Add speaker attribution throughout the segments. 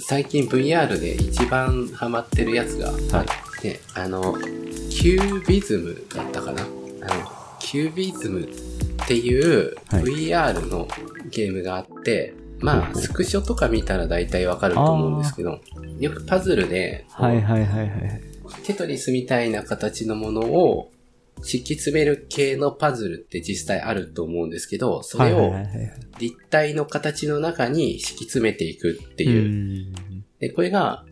Speaker 1: 最近 VR で一番ハマってるやつがあって、あの、キュービズムだったかなあの、キュービズムっていう
Speaker 2: はい
Speaker 1: VR のゲームがあって、
Speaker 2: ほ
Speaker 1: ま
Speaker 2: う
Speaker 1: あ、
Speaker 2: ほう
Speaker 1: スクショとか見たら大体わかると思うんですけど、よくパズルで、
Speaker 2: はいはいはいはい。
Speaker 1: テトリスみたいな形のものを敷き詰める系のパズルって実際あると思うんですけど、それ
Speaker 2: はい
Speaker 1: を
Speaker 2: はいはいはい
Speaker 1: 立体の形の中に敷き詰めていくっていうう。
Speaker 2: ん
Speaker 1: で、これが、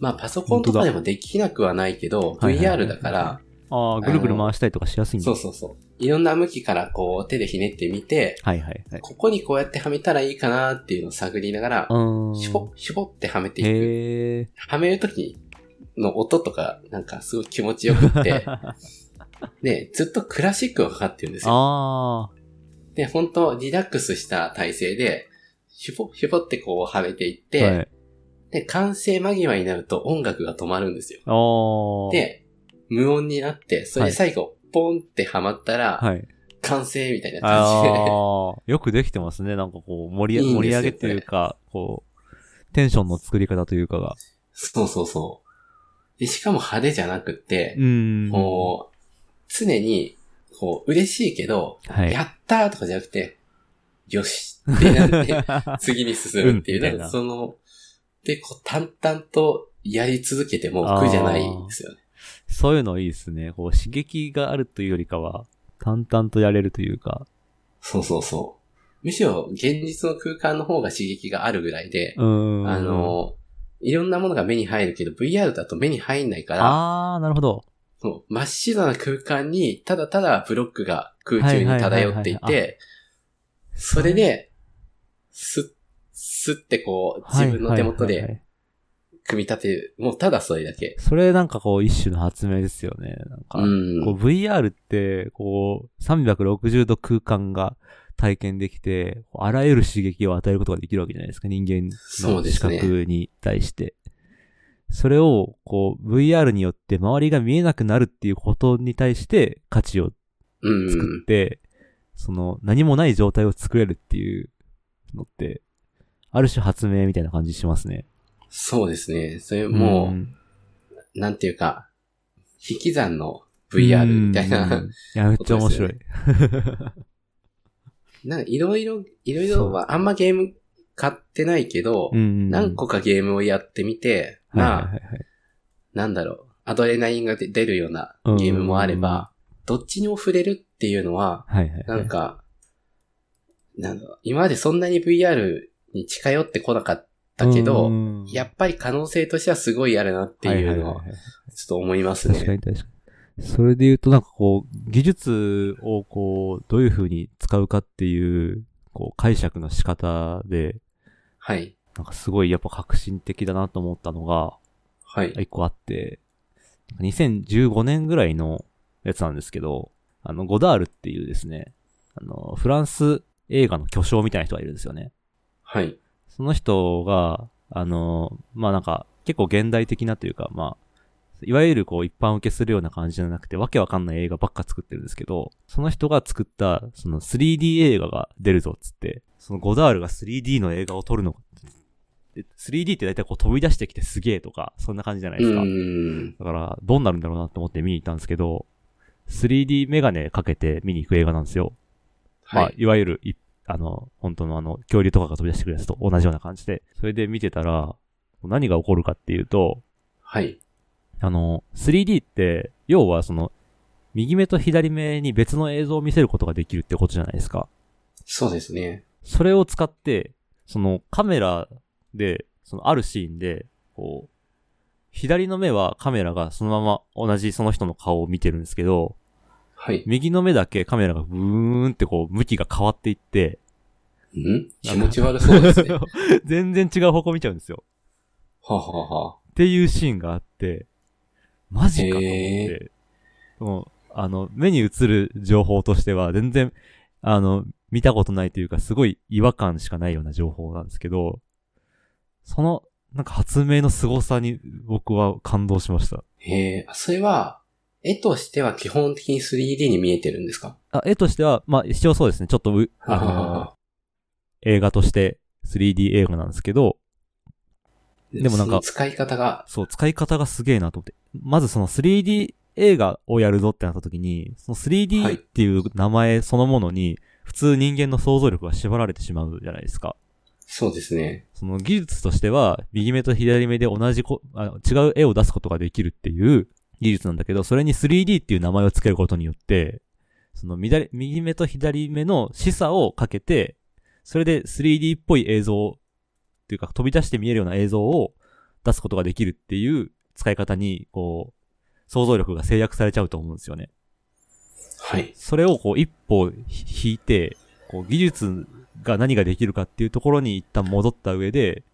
Speaker 1: まあパソコンと
Speaker 2: 本当
Speaker 1: か
Speaker 2: だ
Speaker 1: でもできなくはないけど、
Speaker 2: はいはいはい
Speaker 1: VR だから、
Speaker 2: ああ、ぐるぐる回したりとかしやすいんだ
Speaker 1: そうそうそう。いろんな向きからこう手でひねってみて、
Speaker 2: はいはいはい。
Speaker 1: ここにこうやってはめたらいいかなっていうのを探りながら
Speaker 2: う、ーん。
Speaker 1: しぼ、しぼってはめていく。
Speaker 2: へえ。
Speaker 1: はめるときの音とか、なんかすごい気持ちよくって、で、ずっとクラシックがかかってるんですよ。
Speaker 2: ああ。
Speaker 1: で、本当リラックスした体勢で、ひぼ、ひぼってこうはめていって、
Speaker 2: はい。
Speaker 1: で、完成間際になると音楽が止まるんですよ。
Speaker 2: ああ。、
Speaker 1: で、無音になって、それで最後、ポンってはまったら、
Speaker 2: はい。
Speaker 1: 完成みたいな感じで。
Speaker 2: ああ、よくできてますね。なんかこう、盛り
Speaker 1: いいんですよ
Speaker 2: 盛り上げというか、こう、テンションの作り方というかが。
Speaker 1: そうそうそう。で、しかも派手じゃなくって
Speaker 2: う、ん。
Speaker 1: こう、常に、こう、嬉しいけど、
Speaker 2: はい。
Speaker 1: やったーとかじゃなくて、よしってな って、
Speaker 2: は
Speaker 1: 次に進むっていう、
Speaker 2: うんみ
Speaker 1: な
Speaker 2: た
Speaker 1: いんか
Speaker 2: な
Speaker 1: その、で、こう、淡々とやり続けても苦じゃないんですよね。
Speaker 2: い そういうのいいですね。こう、刺激があるというよりかは、淡々とやれるというか。
Speaker 1: そうそうそう。むしろ、現実の空間の方が刺激があるぐらいで、
Speaker 2: うーん。
Speaker 1: あ、の、いろんなものが目に入るけど、VR だと目に入んないから、
Speaker 2: ああ、なるほど。
Speaker 1: そう真っ白な空間に、ただただブロックが空中に漂ってい
Speaker 2: はいはいはいはい
Speaker 1: て、それで、す、すってこう、自分の手元
Speaker 2: はいはい
Speaker 1: で
Speaker 2: はい
Speaker 1: 組み立てる。もうただそれだけ。
Speaker 2: それなんかこう、一種の発明ですよね。なんか、
Speaker 1: うん
Speaker 2: こう VR って、こう、360度空間が体験できて、こうあらゆる刺激を与えることができるわけじゃないですか、人間
Speaker 1: そう
Speaker 2: の
Speaker 1: で
Speaker 2: 視
Speaker 1: すね
Speaker 2: 覚に対して。それを、こう、VR によって周りが見えなくなるっていうことに対して価値を
Speaker 1: うん。
Speaker 2: 作って、その、何もない状態を作れるっていうのって、ある種発明みたいな感じしますね。
Speaker 1: そうですね。それも
Speaker 2: ん
Speaker 1: う、なんていうか、引き算の VR みたい
Speaker 2: うんうん
Speaker 1: な。
Speaker 2: うんいや、めっちゃ面白い。
Speaker 1: なんかいろいろ、いろいろは、あんまゲーム買ってないけど、何個かゲームをやってみて、
Speaker 2: か
Speaker 1: まあ、なんだろう、アドレナリンが出出るようなゲームもあれば、どっちにも触れるっていうのは、
Speaker 2: はいはい。
Speaker 1: なん、か、なんだろう今までそんなに VR に近寄ってこなかったけど、、やっぱり可能性としてはすごいあるなっていうのを
Speaker 2: は、いはいはいはい
Speaker 1: ちょっと思います
Speaker 2: 確か
Speaker 1: ね。
Speaker 2: に確かに。それで言うと、なんかこう、技術をこう、どういう風に使うかっていう、こう、解釈の仕方で、
Speaker 1: はい。
Speaker 2: なんかすごいやっぱ革新的だなと思ったのが、
Speaker 1: はい。
Speaker 2: 一個あって、なんか2015年ぐらいのやつなんですけど、あの、ゴダールっていうですね、あの、フランス映画の巨匠みたいな人がいるんですよね。
Speaker 1: はい。
Speaker 2: その人が、あの、まあなんか、結構現代的なというか、まあ、いわゆるこう一般受けするような感じじゃなくて、わけわかんない映画ばっか作ってるんですけど、その人が作った、その 3D 映画が出るぞっつって、そのゴダールが 3D の映画を撮るの、で 3D って大体こう飛び出してきてすげえとか、そんな感じじゃないで
Speaker 1: う
Speaker 2: すか。
Speaker 1: ん。
Speaker 2: だから、どうなるんだろうなと思って見に行ったんですけど、3D メガネかけて見に行く映画なんですよ。ま
Speaker 1: は
Speaker 2: あ
Speaker 1: い、。
Speaker 2: いわゆるい、あの、本当のあの、恐竜とかが飛び出してくるやつと同じような感じで、それで見てたら、何が起こるかっていうと、
Speaker 1: はい。
Speaker 2: あの、3D って、要はその、右目と左目に別の映像を見せることができるってことじゃないですか。
Speaker 1: そうですね。
Speaker 2: それを使って、そのカメラで、そのあるシーンで、こう、左の目はカメラがそのまま同じその人の顔を見てるんですけど、
Speaker 1: はい。
Speaker 2: 右の目だけカメラがブーンってこう向きが変わっていって、
Speaker 1: ん気持ち悪そう ですね。は
Speaker 2: 全然違う方向見ちゃうんですよ。
Speaker 1: あはあはあ
Speaker 2: っていうシーンがあって、マジかと思っ
Speaker 1: へ
Speaker 2: て、もう、あの、目に映る情報としては全然、あの、見たことないというか、すごい違和感しかないような情報なんですけど、その、なんか発明の凄さに僕は感動しました。
Speaker 1: へえ、それは、絵としては基本的に 3D に見えてるんですか
Speaker 2: あ絵としては、まあ、一応そうですね、ちょっとう、あの、映画として 3D 映画なんですけど、でもなん
Speaker 1: そ
Speaker 2: か
Speaker 1: の使い方が、
Speaker 2: そう、使い方がすげえなと思って。まずその 3D 映画をやるぞってなった時に、その
Speaker 1: はい
Speaker 2: 3D っていう名前そのものに、普通人間の想像力が縛られてしまうじゃないですか。
Speaker 1: そうですね。
Speaker 2: その技術としては、右目と左目で同じこ、あ違う絵を出すことができるっていう技術なんだけど、それに 3D っていう名前を付けることによって、その左、右目と左目の示唆をかけて、それで 3D っぽい映像、というか飛び出して見えるような映像を出すことができるっていう使い方に、こう、想像力が制約されちゃうと思うんですよね。
Speaker 1: はい。
Speaker 2: それをこう一歩引いて、こう技術が何ができるかっていうところに一旦戻った上で、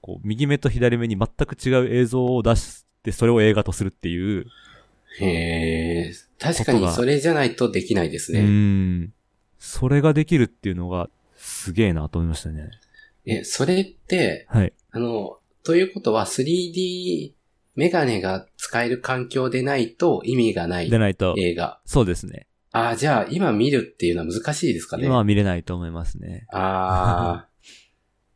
Speaker 2: こう右目と左目に全く違う映像を出して、それを映画とするっていう。
Speaker 1: へえ、確か
Speaker 2: こと
Speaker 1: に
Speaker 2: が
Speaker 1: それじゃないとできないです
Speaker 2: う
Speaker 1: ね。
Speaker 2: ん。それができるっていうのがすげえなと思いましたね。
Speaker 1: え、それって、
Speaker 2: はい。
Speaker 1: あの、ということは 3D メガネが使える環境でないと意味がない
Speaker 2: でないと、
Speaker 1: 映画。
Speaker 2: そうですね。
Speaker 1: ああ、じゃあ今見るっていうのは難しいですかね。
Speaker 2: 今は見れないと思いますね。
Speaker 1: あ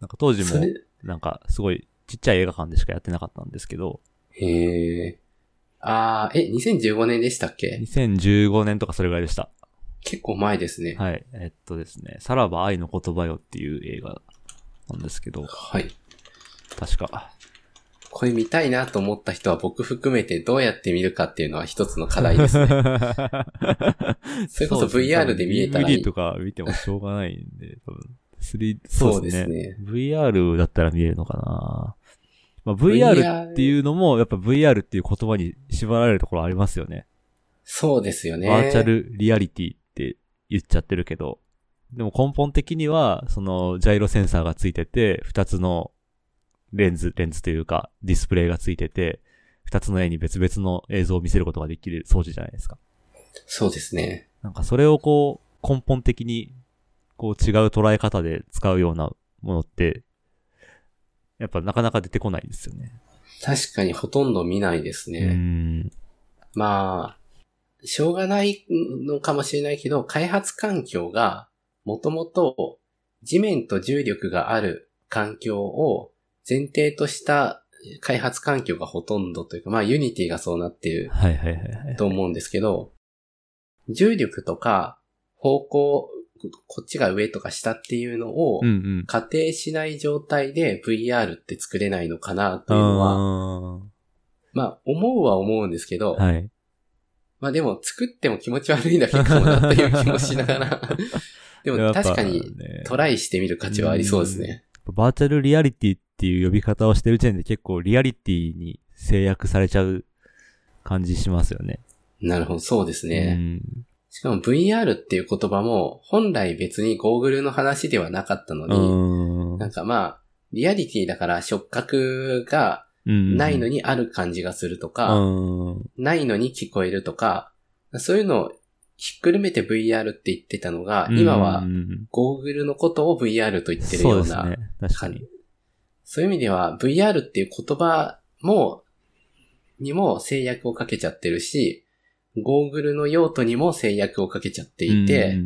Speaker 2: なんか当
Speaker 1: あ、
Speaker 2: 時
Speaker 1: そ
Speaker 2: も
Speaker 1: れ、、
Speaker 2: なんかすごいちっちゃい映画館でしかやってなかったんですけど、
Speaker 1: へえ。ああ、え、2015年でしたっけ
Speaker 2: 2015年とかそれぐらいでした。
Speaker 1: 結構前ですね。
Speaker 2: はい。えっとですね、さらば愛の言葉よっていう映画なんですけど、
Speaker 1: はい。
Speaker 2: 確か。
Speaker 1: これ見たいなと思った人は僕含めてどうやって見るかっていうのは一つの課題 ですね。それこそ VR で見えたらいい
Speaker 2: DVD とか見てもしょうがないんで、多分。3
Speaker 1: そ
Speaker 2: そうう
Speaker 1: で
Speaker 2: です
Speaker 1: ね
Speaker 2: すね。VR だったら見えるのかなまあ、VR っていうのも、やっぱ VR っていう言葉に縛られるところありますよね。
Speaker 1: そうですよね。
Speaker 2: バーチャ。ルリアリティって言っちゃってるけど、でも根本的には、その、ジャイロセンサーがついてて、二つのレンズ、レンズというか、ディスプレイがついてて、二つの絵に別々の映像を見せることができる装置じゃないですか。
Speaker 1: そうですね。
Speaker 2: なんかそれをこう、根本的に、こう違う捉え方で使うようなものって、やっぱなかなか出てこないですよね。
Speaker 1: 確かにほとんど見ないです
Speaker 2: うー
Speaker 1: ね。
Speaker 2: ん。
Speaker 1: まあ、しょうがないのかもしれないけど、開発環境がもともと地面と重力がある環境を前提とした開発環境がほとんどというか、まあユニティがそうなっている
Speaker 2: はいはいはいは い。
Speaker 1: と思うんですけど、重力とか方向、こっちが上とか下っていうのを
Speaker 2: うんうん。
Speaker 1: 仮定しない状態で VR って作れないのかなというのは、
Speaker 2: あ
Speaker 1: まあ思うは思うんですけど、
Speaker 2: ーはい。
Speaker 1: まあでも作っても気持ち悪いだけかもなっていう気もしながら、 でも確か
Speaker 2: やっ
Speaker 1: に
Speaker 2: ぱね
Speaker 1: トライしてみる価値はありそうですね。
Speaker 2: バーチャルリアリティっていう呼び方をしてる時点で結構リアリティに制約されちゃう感じしますよね。
Speaker 1: なるほど、そうです
Speaker 2: う
Speaker 1: ね。
Speaker 2: ん
Speaker 1: しかも VR っていう言葉も本来別にゴーグルの話ではなかったの
Speaker 2: う
Speaker 1: に、
Speaker 2: ん。
Speaker 1: なんかまあ、リアリティだから触覚が
Speaker 2: うん
Speaker 1: ないのにある感じがすると
Speaker 2: う
Speaker 1: か、
Speaker 2: ん。
Speaker 1: ないのに聞こえるとか、そういうのをひっくるめて VR って言ってたのが、今は
Speaker 2: うん
Speaker 1: ゴーグルのことを VR と言ってる
Speaker 2: そう
Speaker 1: よ
Speaker 2: で
Speaker 1: う
Speaker 2: す
Speaker 1: な
Speaker 2: ね。確か
Speaker 1: 感じ。
Speaker 2: に。
Speaker 1: そういう意味では VR っていう言葉も、にも制約をかけちゃってるし、ゴーグルの用途にも制約をかけちゃっていて、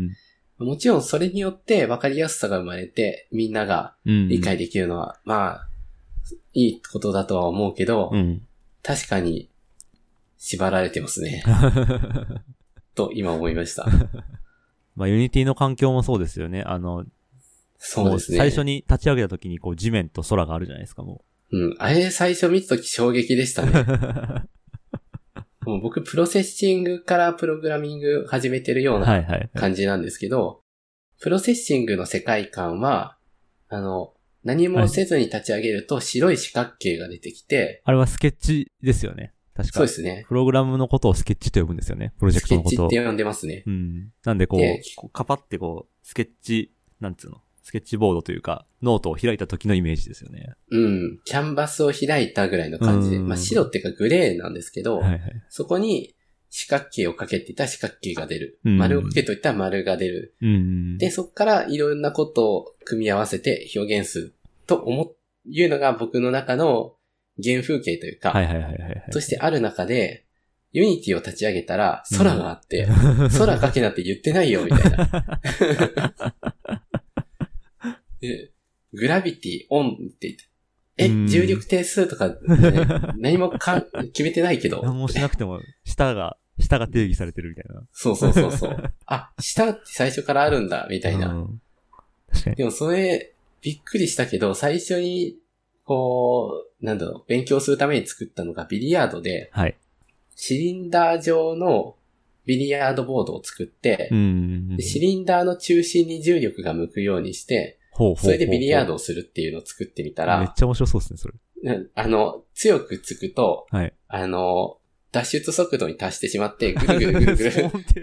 Speaker 1: もちろんそれによって分かりやすさが生まれて、みんなが
Speaker 2: うん、
Speaker 1: 理解できるのは、まあ、いいことだとは思うけど、
Speaker 2: うん。
Speaker 1: 確かに、縛られてますね。と、今思いま した。
Speaker 2: まあ、ユニティの環境もそうですよね。あの、
Speaker 1: そうですね。
Speaker 2: も最初に立ち上げた時にこう地面と空があるじゃないですか、も
Speaker 1: うん。あれ最初見たとき衝撃でしたね。
Speaker 2: う。
Speaker 1: もう僕、プロセッシングからプログラミング始めてるよう
Speaker 2: は
Speaker 1: ない
Speaker 2: はい。
Speaker 1: 感じなんですけど、プロセッシングの世界観は、あの、何もせずに立ち上げると白い四角形が出てきて、
Speaker 2: あれはスケッチですよね。確か
Speaker 1: そうですね。
Speaker 2: プログラムのことをスケッチと呼ぶんですよね。プロジェ
Speaker 1: ス
Speaker 2: クト
Speaker 1: ケ
Speaker 2: の
Speaker 1: ッ
Speaker 2: こ
Speaker 1: チ
Speaker 2: とを
Speaker 1: っ。て呼んでますね。
Speaker 2: うん。なんでこ
Speaker 1: で
Speaker 2: う、こうカパってこう、スケッチ、なんつうの、スケッチボードというか、ノートを開いた時のイメージですよね。
Speaker 1: うん。キャンバスを開いたぐらいの感じで、
Speaker 2: うん
Speaker 1: まあ白っていうかグレーなんですけど、
Speaker 2: はいはい。
Speaker 1: そこに四角形をかけていたら四角形が出る。
Speaker 2: うん
Speaker 1: 丸をかけといたら丸が出る。
Speaker 2: うん。
Speaker 1: で、そこからいろんなことを組み合わせて表現すると思う、いうのが僕の中の原風景というか、
Speaker 2: はいはいはいはいはい。
Speaker 1: としてある中で、ユニティを立ち上げたら空があって、空かけなって言ってないよ、みたいな。でグラビティオンって言って、え、
Speaker 2: うん
Speaker 1: 重力定数とか、ね 何もか決めてないけど。
Speaker 2: 何もしなくても、舌が、舌が定義されてるみたいな。み
Speaker 1: そうそうそうそう。あ、下って最初からあるんだ、みたいな。
Speaker 2: 確かに。
Speaker 1: でもそれ、びっくりしたけど、最初に、こう、なんだろう、勉強するために作ったのがビリヤードで、
Speaker 2: はい。
Speaker 1: シリンダー状のビリヤードボードを作って、
Speaker 2: うん
Speaker 1: で。シリンダーの中心に重力が向くようにして、
Speaker 2: ほうほうほう
Speaker 1: それでビリヤードをするっていうのを作ってみた
Speaker 2: めっ
Speaker 1: ら、
Speaker 2: ちゃ面白そうですね、それ。
Speaker 1: うんあの、強くつくと、
Speaker 2: はい。
Speaker 1: あの、脱出速度に達してしまって、ぐるぐるぐるぐ
Speaker 2: ス
Speaker 1: る
Speaker 2: ポンって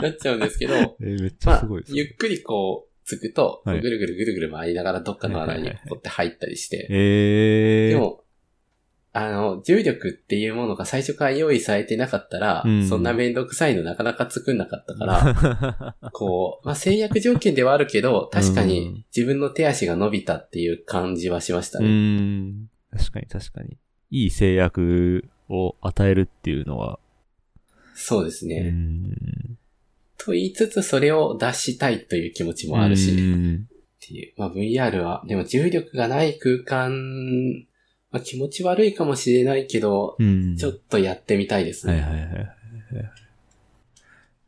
Speaker 1: なっちゃうんですけど、
Speaker 2: えーめっち
Speaker 1: ま
Speaker 2: ゃ
Speaker 1: あ
Speaker 2: すごい、ですね。
Speaker 1: ゆっくりこう、つくと、ぐ
Speaker 2: はい
Speaker 1: るぐるぐるぐる回りながらどっかの穴にポって入ったりして、
Speaker 2: え
Speaker 1: で
Speaker 2: ー。
Speaker 1: も、あの、重力っていうものが最初から用意されてなかったら
Speaker 2: う、ん
Speaker 1: そんなめんどくさいのなかなか作んなかったから、こう、まあ、制約条件ではあるけど、確か
Speaker 2: う
Speaker 1: に
Speaker 2: ん
Speaker 1: 自分の手足が伸びたっていう感じはしました
Speaker 2: う
Speaker 1: ね。
Speaker 2: ーん。確かに確かに。いい制約を与えるっていうのは。
Speaker 1: そうですね。
Speaker 2: うーん。
Speaker 1: と言いつつ、それを出したいという気持ちもあるし、
Speaker 2: う
Speaker 1: っ
Speaker 2: ーん
Speaker 1: ていう。まあ VR は、でも重力がない空間、まあ気持ち悪いかもしれないけど、
Speaker 2: うん。
Speaker 1: ちょっとやってみたいです
Speaker 2: は
Speaker 1: ね。
Speaker 2: いはいはいはいはい。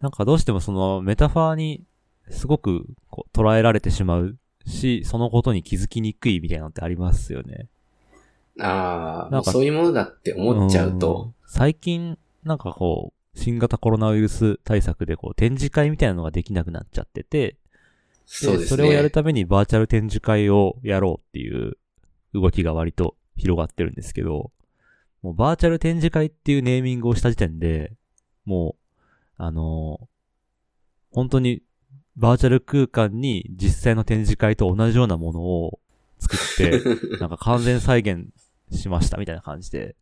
Speaker 2: なんかどうしてもそのメタファーにすごくこう捉えられてしまうし、そのことに気づきにくいみたいなのってありますよね。
Speaker 1: ああ、も
Speaker 2: な
Speaker 1: うん
Speaker 2: か
Speaker 1: そういうものだって思っちゃう
Speaker 2: う
Speaker 1: と
Speaker 2: ん。。最近、なんかこう、新型コロナウイルス対策でこう展示会みたいなのができなくなっちゃってて、で
Speaker 1: そうですね。
Speaker 2: れをやるためにバーチャル展示会をやろうっていう動きが割と広がってるんですけど、もうバーチャル展示会っていうネーミングをした時点で、もう、あのー本当にバーチャル空間に実際の展示会と同じようなものを作 って、なんか完全再現しましたみたいな感じで、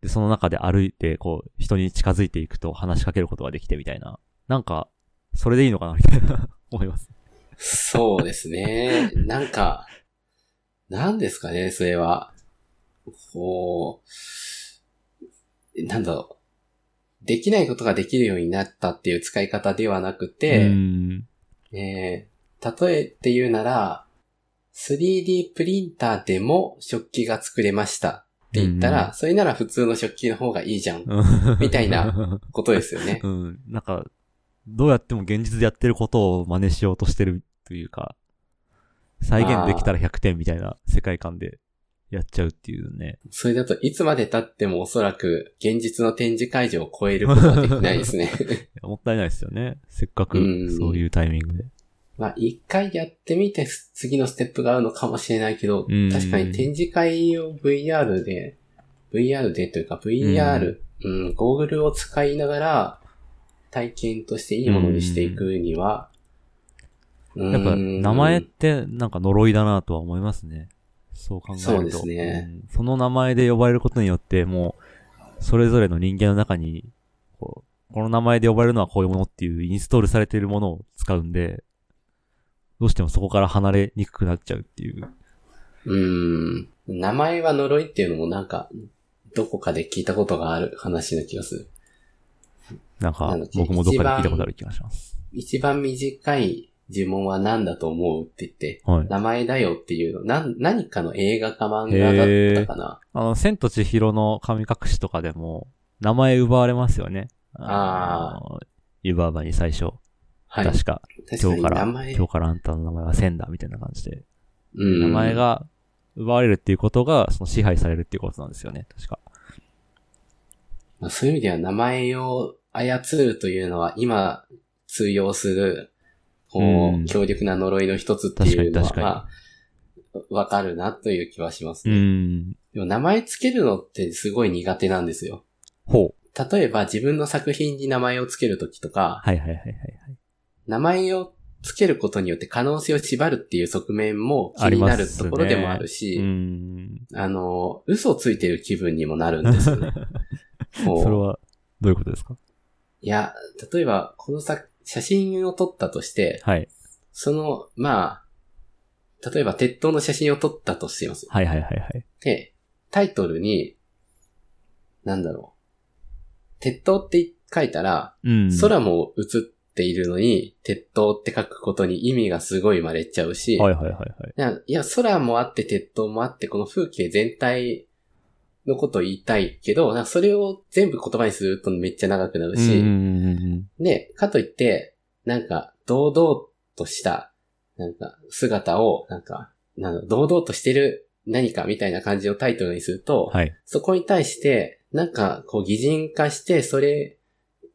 Speaker 2: で、その中で歩いて、こう、人に近づいていくと話しかけることができてみたいな。なんか、それでいいのかなみたいな 思います。
Speaker 1: そうですね。なんか、なんですかね、それは。こう、なんだろう。できないことができるようになったっていう使い方ではなく
Speaker 2: う
Speaker 1: て、
Speaker 2: ん
Speaker 1: えー例えて言うなら、3D プリンターでも食器が作れましたって言ったら、それなら普通の食器の方がいいじゃん。みたいな。ことですよね
Speaker 2: う。ん。なんか、どうやっても現実でやってることを真似しようとしてるというか、再現できたら100点みたいな世界観でやっちゃうっていうね。
Speaker 1: それだといつまで経ってもおそらく現実の展示会場を超えることはできないですね。
Speaker 2: もったいないですよね。せっかく
Speaker 1: うん、
Speaker 2: そういうタイミングで。
Speaker 1: まあ、一回やってみて、す次のステップがあるのかもしれないけど、
Speaker 2: うん
Speaker 1: 確かに展示会を VR で、VR でというか VR、うん、ゴーグルを使いながら、体験としていいものにしていくには、
Speaker 2: やっぱ、
Speaker 1: うん
Speaker 2: 名前ってなんか呪いだなとは思いますね。そう考えると。
Speaker 1: そうですね
Speaker 2: うんその名前で呼ばれることによって、もう、それぞれの人間の中に、こう、この名前で呼ばれるのはこういうものっていうインストールされているものを使うんで、どうしてもそこから離れにくくなっちゃうっていう。
Speaker 1: うん、名前は呪いっていうのもなんか、どこかで聞いたことがある話な気がする。
Speaker 2: なんか
Speaker 1: なので、
Speaker 2: 僕もどっかで聞いたことある気がします。
Speaker 1: 一番短い呪文は何だと思うって言って、
Speaker 2: はい。
Speaker 1: 名前だよっていうの、なん、何かの映画か漫画だったかな。
Speaker 2: あの、千と千尋の神隠しとかでも、名前奪われますよね。
Speaker 1: あ
Speaker 2: の。湯婆婆に最初、
Speaker 1: はい。
Speaker 2: 確か、
Speaker 1: 確
Speaker 2: 今
Speaker 1: か
Speaker 2: 日
Speaker 1: に
Speaker 2: から、
Speaker 1: 名前、
Speaker 2: 今日からあんたの名前は千だ、みたいな感じで。
Speaker 1: うん
Speaker 2: 名前。が奪われるっていうことが、その支配されるっていうことなんですよね、確か。
Speaker 1: まあそういう意味では名前を操るというのは今通用する、こ
Speaker 2: うん
Speaker 1: う、強力な呪いの一つっていうのは、
Speaker 2: 確かに
Speaker 1: まあ、わかるなという気はします
Speaker 2: う
Speaker 1: ね。
Speaker 2: ん。
Speaker 1: でも名前つけるのってすごい苦手なんですよ。
Speaker 2: ほう。
Speaker 1: 例えば自分の作品に名前をつけるときとか、
Speaker 2: はいはいはいはいはい。
Speaker 1: 名前をつけることによって可能性を縛るっていう側面も気
Speaker 2: あり
Speaker 1: に
Speaker 2: ま
Speaker 1: な
Speaker 2: す
Speaker 1: るところでもあるし、
Speaker 2: うん。
Speaker 1: あの、嘘をついてる気分にもなるん ですよね。こう
Speaker 2: それは、どういうことですか
Speaker 1: いや、例えば、このさ、写真を撮ったとして、
Speaker 2: はい。
Speaker 1: その、まあ、例えば、鉄塔の写真を撮ったとします。
Speaker 2: はいはいはいはい。
Speaker 1: で、タイトルに、なんだろう。鉄塔って書いたら、
Speaker 2: うん。
Speaker 1: 空も映っっているのに、鉄塔って書くことに意味がすごい生まれちゃうし、
Speaker 2: はいはいはいは
Speaker 1: い
Speaker 2: い。
Speaker 1: や、いや、空もあって、鉄塔もあって、この風景全体のことを言いたいけど、なんかそれを全部言葉にするとめっちゃ長くなるし、
Speaker 2: うんうんうんうん
Speaker 1: で、かといって、なんか、堂々とした、なんか、姿を、なんか、なんだ堂々としてる何かみたいな感じのタイトルにすると、
Speaker 2: はい。
Speaker 1: そこに対して、なんか、こう、擬人化して、それ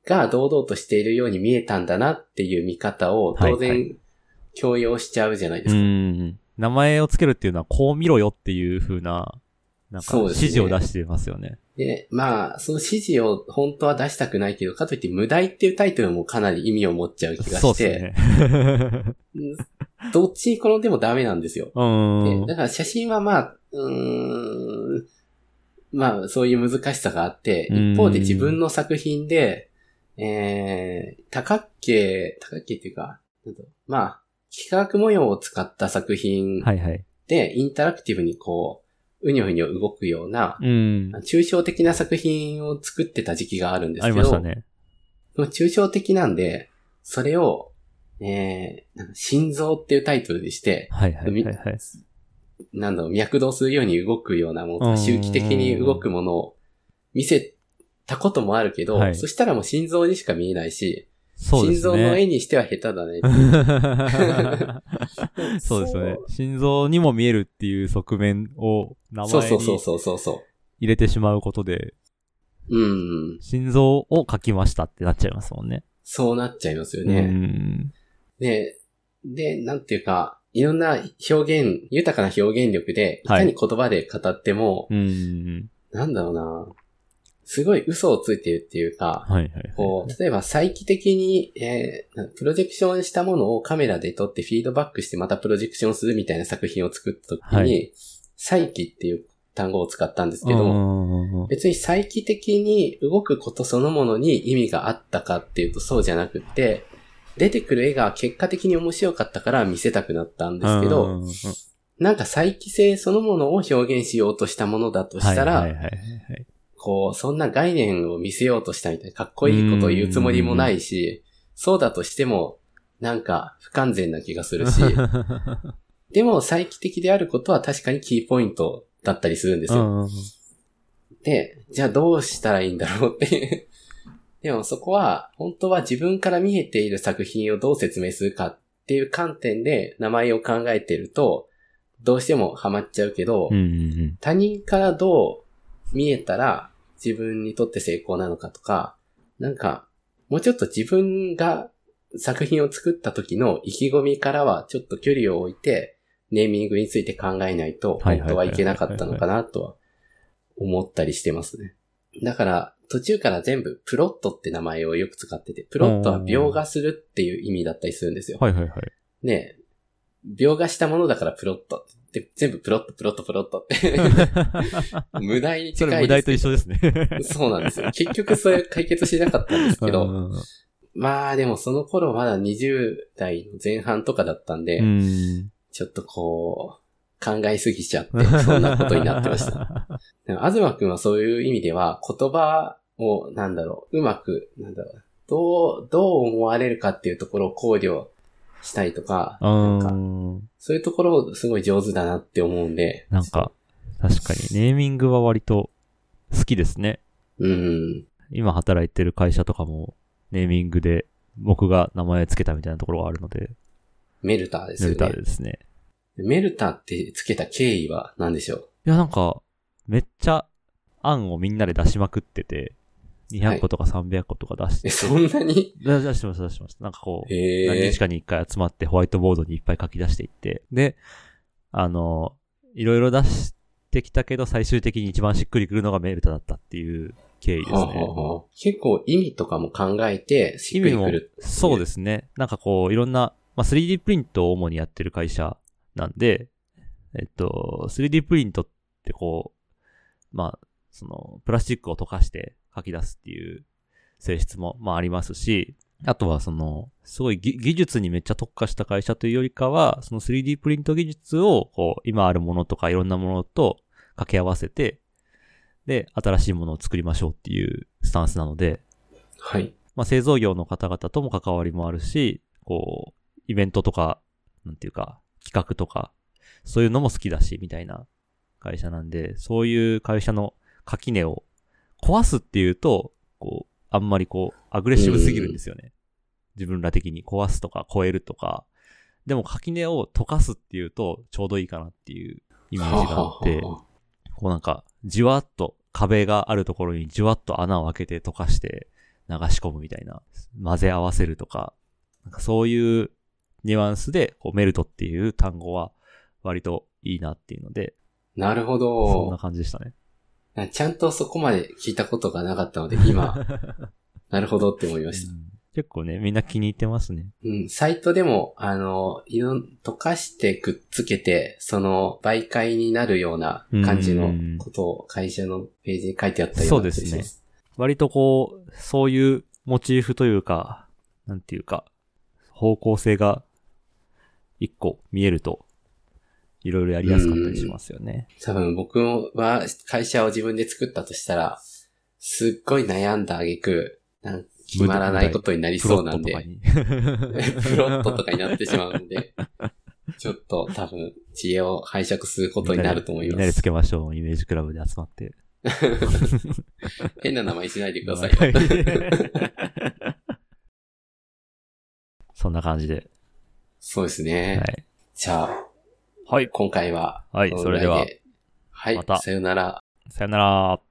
Speaker 1: が堂々としているように見えたんだなっていう見方を、当
Speaker 2: はい
Speaker 1: 然、強要しちゃうじゃないで
Speaker 2: う
Speaker 1: すか。
Speaker 2: ん。名前をつけるっていうのは、こう見ろよっていう風な、なんか、
Speaker 1: そうで
Speaker 2: 指
Speaker 1: すね
Speaker 2: 示を出してますよね。
Speaker 1: で、まあ、その指示を本当は出したくないけど、かといって無題っていうタイトルもかなり意味を持っちゃう気が
Speaker 2: そう
Speaker 1: し
Speaker 2: っすよ
Speaker 1: て、
Speaker 2: ね。
Speaker 1: うんどっちに転んでもダメなんですよ。
Speaker 2: うん
Speaker 1: で。だから写真はまあ、うーん、まあそういう難しさがあって、
Speaker 2: うん
Speaker 1: 一方で自分の作品で、えー、多角形、多角形っていうか、なんだろうまあ、幾何模様を使った作品
Speaker 2: はいはい。
Speaker 1: で、インタラクティブにこう、うにょうにょ動くような、
Speaker 2: うん。
Speaker 1: 抽象的な作品を作ってた時期があるんです
Speaker 2: あ
Speaker 1: け
Speaker 2: り
Speaker 1: ど、
Speaker 2: ましたね。
Speaker 1: その抽象的なんで、それを、えー、なんか心臓っていうタイトルでして、
Speaker 2: はいはいはいはい。
Speaker 1: なんだろう、脈動するように動くようなも
Speaker 2: う
Speaker 1: の、
Speaker 2: ん
Speaker 1: 周期的に動くものを見せたこともあるけど、
Speaker 2: はい
Speaker 1: そしたらもう心臓にしか見えないし、
Speaker 2: そう
Speaker 1: 心
Speaker 2: ですね。
Speaker 1: 臓の絵にしては下手だね。
Speaker 2: そうですよね。心臓にも見えるっていう側面を名
Speaker 1: そう
Speaker 2: 前
Speaker 1: そうそう
Speaker 2: に
Speaker 1: そうそうそ
Speaker 2: 入れてしまうことで、
Speaker 1: う。うん。
Speaker 2: 心臓を書きましたってなっちゃいますもんね。
Speaker 1: そうなっちゃいますよ
Speaker 2: う
Speaker 1: ね。
Speaker 2: ん。
Speaker 1: で、で、なんていうか、いろんな表現、豊かな表現力で、い
Speaker 2: はい
Speaker 1: かに言葉で語っても、
Speaker 2: うん。
Speaker 1: なんだろうな、すごい嘘をついてるっていうか、
Speaker 2: はいはいはい。
Speaker 1: こう、例えば再帰的に、えーなプロジェクションしたものをカメラで撮ってフィードバックしてまたプロジェクションするみたいな作品を作った時に、
Speaker 2: はい
Speaker 1: 再帰っていう単語を使ったんですけ
Speaker 2: う
Speaker 1: ど、
Speaker 2: ん
Speaker 1: 別に再帰的に動くことそのものに意味があったかっていうとそうじゃなくて、出てくる絵が結果的に面白かったから見せたくなったんですけど、
Speaker 2: うん
Speaker 1: なんか再帰性そのものを表現しようとしたものだとしたら、
Speaker 2: はいはいはいはい
Speaker 1: こう、そんな概念を見せようとしたみたいな、かっこいいことを言うつもりもないし、そうだとしても、なんか不完全な気がす るし、
Speaker 2: はい。
Speaker 1: でも再帰的であることは確かにキーポイントだったりするんですよ。
Speaker 2: うん
Speaker 1: で、じゃあどうしたらいいんだろうっていう。 でもそこは、本当は自分から見えている作品をどう説明するかっていう観点で名前を考えてると、どうしてもハマっちゃうけど、
Speaker 2: うんうん
Speaker 1: 他人からどう見えたら自分にとって成功なのかとか、なんか、もうちょっと自分が作品を作った時の意気込みからはちょっと距離を置いて、ネーミングについて考えないと、
Speaker 2: は
Speaker 1: 本
Speaker 2: いはい
Speaker 1: 当
Speaker 2: は
Speaker 1: はい
Speaker 2: はい
Speaker 1: いけなかったのかなとは思ったりしてますね。だから、途中から全部プロットって名前をよく使ってて、プロットは描画するっていう意味だったりするんですよ。
Speaker 2: はいはい はい。
Speaker 1: ね描画したものだからプロットって、全部プロット、プロット、プロットって。無題に
Speaker 2: そ
Speaker 1: 近
Speaker 2: れ
Speaker 1: いで
Speaker 2: 無題
Speaker 1: す
Speaker 2: と一緒ですね。
Speaker 1: そうなんですよ。結局それ解決しなかったんですけ
Speaker 2: う
Speaker 1: ど、
Speaker 2: んうん
Speaker 1: まあでもその頃まだ20代の前半とかだったんで、
Speaker 2: うん。
Speaker 1: ちょっとこう、考えすぎちゃって、そんなことになってました。 でも東くんはそういう意味では、言葉を、なんだろう、うまく、なんだろう、どう、どう思われるかっていうところを考慮したりとか、なんか
Speaker 2: うん。
Speaker 1: そういうところをすごい上手だなって思うんで、
Speaker 2: なんか、確かにネーミングは割と好きですね。
Speaker 1: うん、
Speaker 2: 今働いてる会社とかもネーミングで僕が名前つけたみたいなところがあるので、
Speaker 1: メルターです
Speaker 2: メ
Speaker 1: よ
Speaker 2: ル
Speaker 1: ね。
Speaker 2: タルですね。
Speaker 1: メルタってつけた経緯は何でしょう
Speaker 2: いやなんか、めっちゃ案をみんなで出しまくってて、
Speaker 1: は
Speaker 2: 200
Speaker 1: い
Speaker 2: 個とか300個とか出して、
Speaker 1: え、そんなに
Speaker 2: 出出してます出してます。なんかこう、何
Speaker 1: へえ
Speaker 2: 日。かに一回集まってホワイトボードにいっぱい書き出していって、で、あの、いろいろ出してきたけど、最終的に一番しっくりくるのがメルタだったっていう経緯です
Speaker 1: はあは
Speaker 2: ね。
Speaker 1: あはあ結構意味とかも考えて、し
Speaker 2: 意
Speaker 1: っく
Speaker 2: 味
Speaker 1: り
Speaker 2: も
Speaker 1: くる。、
Speaker 2: そうですね。なんかこう、いろんな、まあ、3D プリントを主にやってる会社なんで、えっと、3D プリントってこう、まあ、その、プラスチックを溶かして書き出すっていう性質も、まあ、ありますし、あとはその、すごい技技術にめっちゃ特化した会社というよりかは、その 3D プリント技術を、こう、今あるものとかいろんなものと掛け合わせて、で、新しいものを作りましょうっていうスタンスなので、
Speaker 1: はい。
Speaker 2: まあ、製造業の方々とも関わりもあるし、こう、イベントとか、なんていうか、企画とか、そういうのも好きだし、みたいな会社なんで、そういう会社の垣根を壊すっていうと、こう、あんまりこう、アグレッシブすぎるんですよね。自分ら的に壊すとか超えるとか。でも垣根を溶かすっていうと、ちょうどいいかなっていうイメージがあって、
Speaker 1: はははは
Speaker 2: こうなんか、じわっと壁があるところにじわっと穴を開けて溶かして流し込むみたいな、混ぜ合わせるとか、なんかそういうニュアンスで、こうメルトっていう単語は割といいなっていうので、
Speaker 1: なるほ
Speaker 2: そんな
Speaker 1: ど。
Speaker 2: 感じでしたね。
Speaker 1: なちゃんとそこまで聞いたことがなかったので、 今、なるほどって思いました。
Speaker 2: うん結構ね、みんな気に入ってますね。
Speaker 1: うん、サイトでも、あの、いろん、溶かしてくっつけて、その、媒介になるような感じのことを会社のページに書いてあったような
Speaker 2: そうですね
Speaker 1: 気がします
Speaker 2: 割とこう、そういうモチーフというか、なんていうか、方向性が一個見えると、いろいろやりやすかったりしますよね。
Speaker 1: 多分僕は会社を自分で作ったとしたら、すっごい悩んだ挙句、なんか決まらないことになり
Speaker 2: プ
Speaker 1: そ
Speaker 2: ロ
Speaker 1: う
Speaker 2: ッ
Speaker 1: な
Speaker 2: ト
Speaker 1: ん
Speaker 2: と
Speaker 1: で
Speaker 2: か、に。
Speaker 1: プロットとかになってしまうんで、ちょっと多分知恵を拝借することになると思い
Speaker 2: みん
Speaker 1: ま
Speaker 2: なですつ。けましょう。イメージクラブで集まって。
Speaker 1: 変な名前しないでください。
Speaker 2: そんな感じで。
Speaker 1: そうです
Speaker 2: は
Speaker 1: ね。
Speaker 2: い。
Speaker 1: じゃあ、
Speaker 2: はい。
Speaker 1: 今回は、
Speaker 2: はい
Speaker 1: この
Speaker 2: それ
Speaker 1: ぐ
Speaker 2: で
Speaker 1: ら
Speaker 2: はい
Speaker 1: で。はい、
Speaker 2: また
Speaker 1: さよなら。
Speaker 2: さよなら。